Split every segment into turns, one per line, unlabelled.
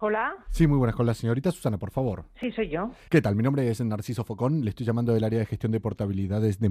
Hola.
Sí, muy buenas con la señorita Susana, por favor.
Sí, soy yo.
¿Qué tal? Mi nombre es Narciso Focón, le estoy llamando del área de gestión de portabilidades de...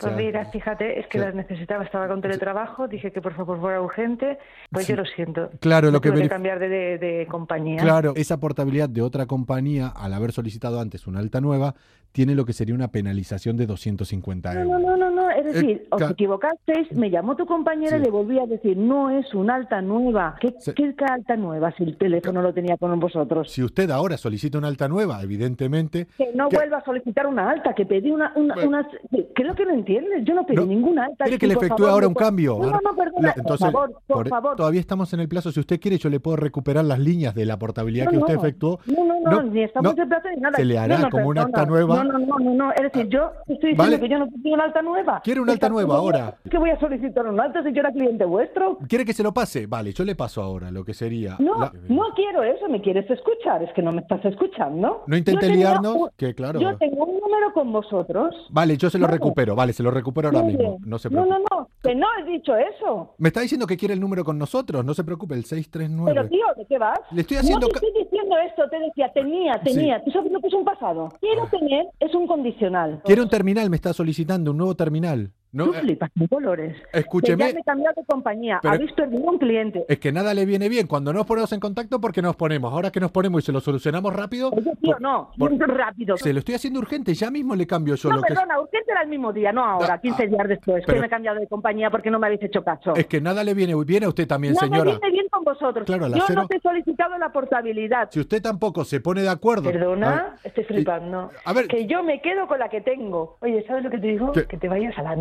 Pues mira, fíjate, es que
Ya.
las necesitaba, estaba con teletrabajo, dije que por favor fuera urgente, pues
Sí.
yo lo siento.
Claro, lo que
Tuve que
verif-
cambiar de, de- de compañía.
Claro, esa portabilidad de otra compañía, al haber solicitado antes una alta nueva, tiene lo que sería una penalización de 250
No,
euros.
no, no, no, no, es
Eh,
decir, os
ca-
equivocasteis, me llamó tu compañera
Sí.
y le volví a decir, no es una alta nueva. ¿Qué,
Sí.
qué alta nueva si el teléfono lo tenía con vosotros?
Si usted ahora solicita una alta nueva, evidentemente...
Que no
¿Qué?
vuelva a solicitar una alta, que pedí una... una,
Bueno.
una- que- Creo que no entiendes, yo no pedí
No,
ninguna alta.
Quiere que le
por
efectúe
favor,
ahora un
por-
cambio.
No, no,
Ahora-
no, perdona,
Lo- entonces,
por favor, por,
por-
favor.
Todavía estamos en el plazo. Si usted quiere, yo le puedo recuperar las líneas de la portabilidad
No,
que usted
no.
efectuó.
No, no, no,
No,
ni estamos
no.
de plaza ni nada.
Se le hará
No, no,
como una
perdona.
alta nueva. Ah,
No, no, no, no, no. Es decir, yo estoy diciendo
Vale.
que yo no quiero una alta nueva.
Quiere una alta
Entonces,
nueva
¿qué voy a-
ahora.
¿Qué voy a solicitar una alta si yo era cliente vuestro?
¿Quiere que se lo pase? Vale, yo le paso ahora lo que sería...
No,
la-
no quiero eso. ¿Me quieres escuchar? Es que no me estás escuchando.
No intente
Yo tenía
liarnos,
un-
que claro.
Yo tengo un número con vosotros.
Vale, yo se lo
Vale.
recupero. Vale, se lo recupero ahora
Mire,
mismo. No se
no,
preocupe.
no, no, que no he dicho eso.
Me está diciendo que quiere el número con nosotros, no se preocupe, el
Pero
639.
tío, ¿de qué vas?
Le estoy haciendo
No te
ca-
estoy diciendo esto, te decía, tenía, tenía. Tú sabes lo que es un pasado. Quiero
Ah.
tener es un condicional.
Quiere un terminal, me está solicitando un nuevo terminal. No,
Tú
eh,
flipas con colores.
escúcheme.
Que ya me he cambiado de compañía.
Pero-
Habéis perdido un cliente.
es que nada le viene bien cuando nos ponemos en contacto porque nos ponemos. Ahora que nos ponemos y se lo solucionamos rápido,
Oye, tío,
por-
no.
por-
muy rápido.
se lo estoy haciendo urgente, ya mismo le cambio yo
No,
lo que
perdona, urgente era el mismo día, no ahora,
Ah,
15 días después,
pero-
que me he cambiado de compañía porque no me habéis hecho caso.
es que nada le viene bien a usted también,
no me
señora.
viene bien con vosotros.
Claro, a la
Yo
cero-
no te he solicitado la portabilidad.
Si usted tampoco se pone de acuerdo. ah,
Perdona,
A- eh,
estoy flipando.
a ver-
que yo me quedo con la que tengo. Oye, ¿sabes lo que te digo?
¿Qué?
Que te vayas a la... m-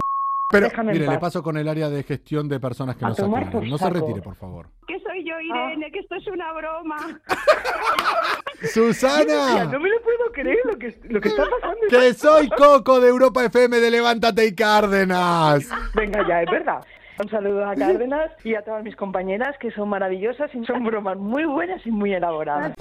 Pero
déjame en
mire, le
paz.
paso con el área de gestión de personas que
A
nos
tomar
atienden.
por
No se
saco.
retire, por favor.
Que soy yo, Irene, que esto es una broma.
Mira,
Susana,
no me lo puedo creer lo que, lo que está pasando.
que soy Coco de Europa FM de Levántate y Cárdenas.
Venga ya, es verdad. Un saludo a Cárdenas y a todas mis compañeras que son maravillosas y son bromas muy buenas y muy elaboradas.